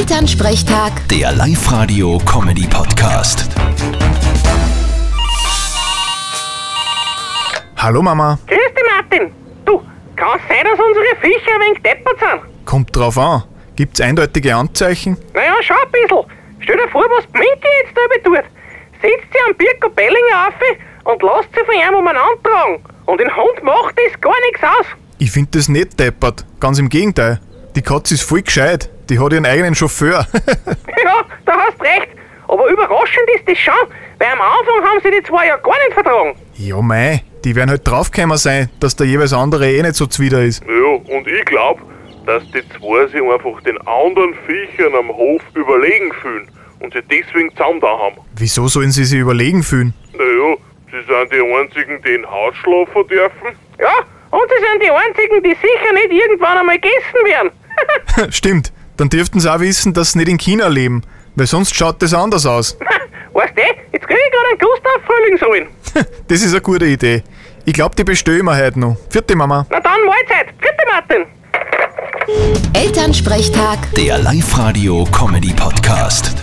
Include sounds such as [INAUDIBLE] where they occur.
Elternsprechtag, Der Live-Radio-Comedy-Podcast. Hallo Mama, Grüß dich, Martin. Du, kann es sein, dass unsere Viecher ein wenig deppert sind? kommt drauf an. Gibt's eindeutige Anzeichen? Naja, schau ein bisschen. Stell dir vor, was die Minke jetzt da tut. Setzt sie am Birko Bellinger auf und lasst sie von ihm umeinander tragen. Und den Hund macht das gar nichts aus. [LAUGHS] Ich find das nicht deppert, ganz im Gegenteil. Die Katze ist voll gescheit, die hat ihren eigenen Chauffeur. [LAUGHS] Ja, da hast recht. Aber überraschend ist das schon, weil am Anfang haben sie die zwei ja gar nicht vertragen. ja mei, die werden halt draufgekommen sein, dass der jeweils andere eh nicht so zwider ist. Ja, und ich glaube, dass die zwei sich einfach den anderen Viechern am Hof überlegen fühlen und sie deswegen zusammen da haben. Wieso sollen sie sich überlegen fühlen? [LAUGHS] Naja, sie sind die einzigen, die in Haus schlafen dürfen. Ja, und sie sind die einzigen, die sicher nicht irgendwann einmal gegessen werden. [LAUGHS] Stimmt, dann dürften sie auch wissen, dass sie nicht in China leben, weil sonst schaut das anders aus. weißt du, jetzt krieg ich gerade einen Gustav Frühlingsruin. das ist eine gute Idee. Ich glaub, die bestellen wir heute noch. Vierte Mama. Na dann, Mahlzeit. Bitte, Martin. Elternsprechtag. Der Live-Radio-Comedy-Podcast.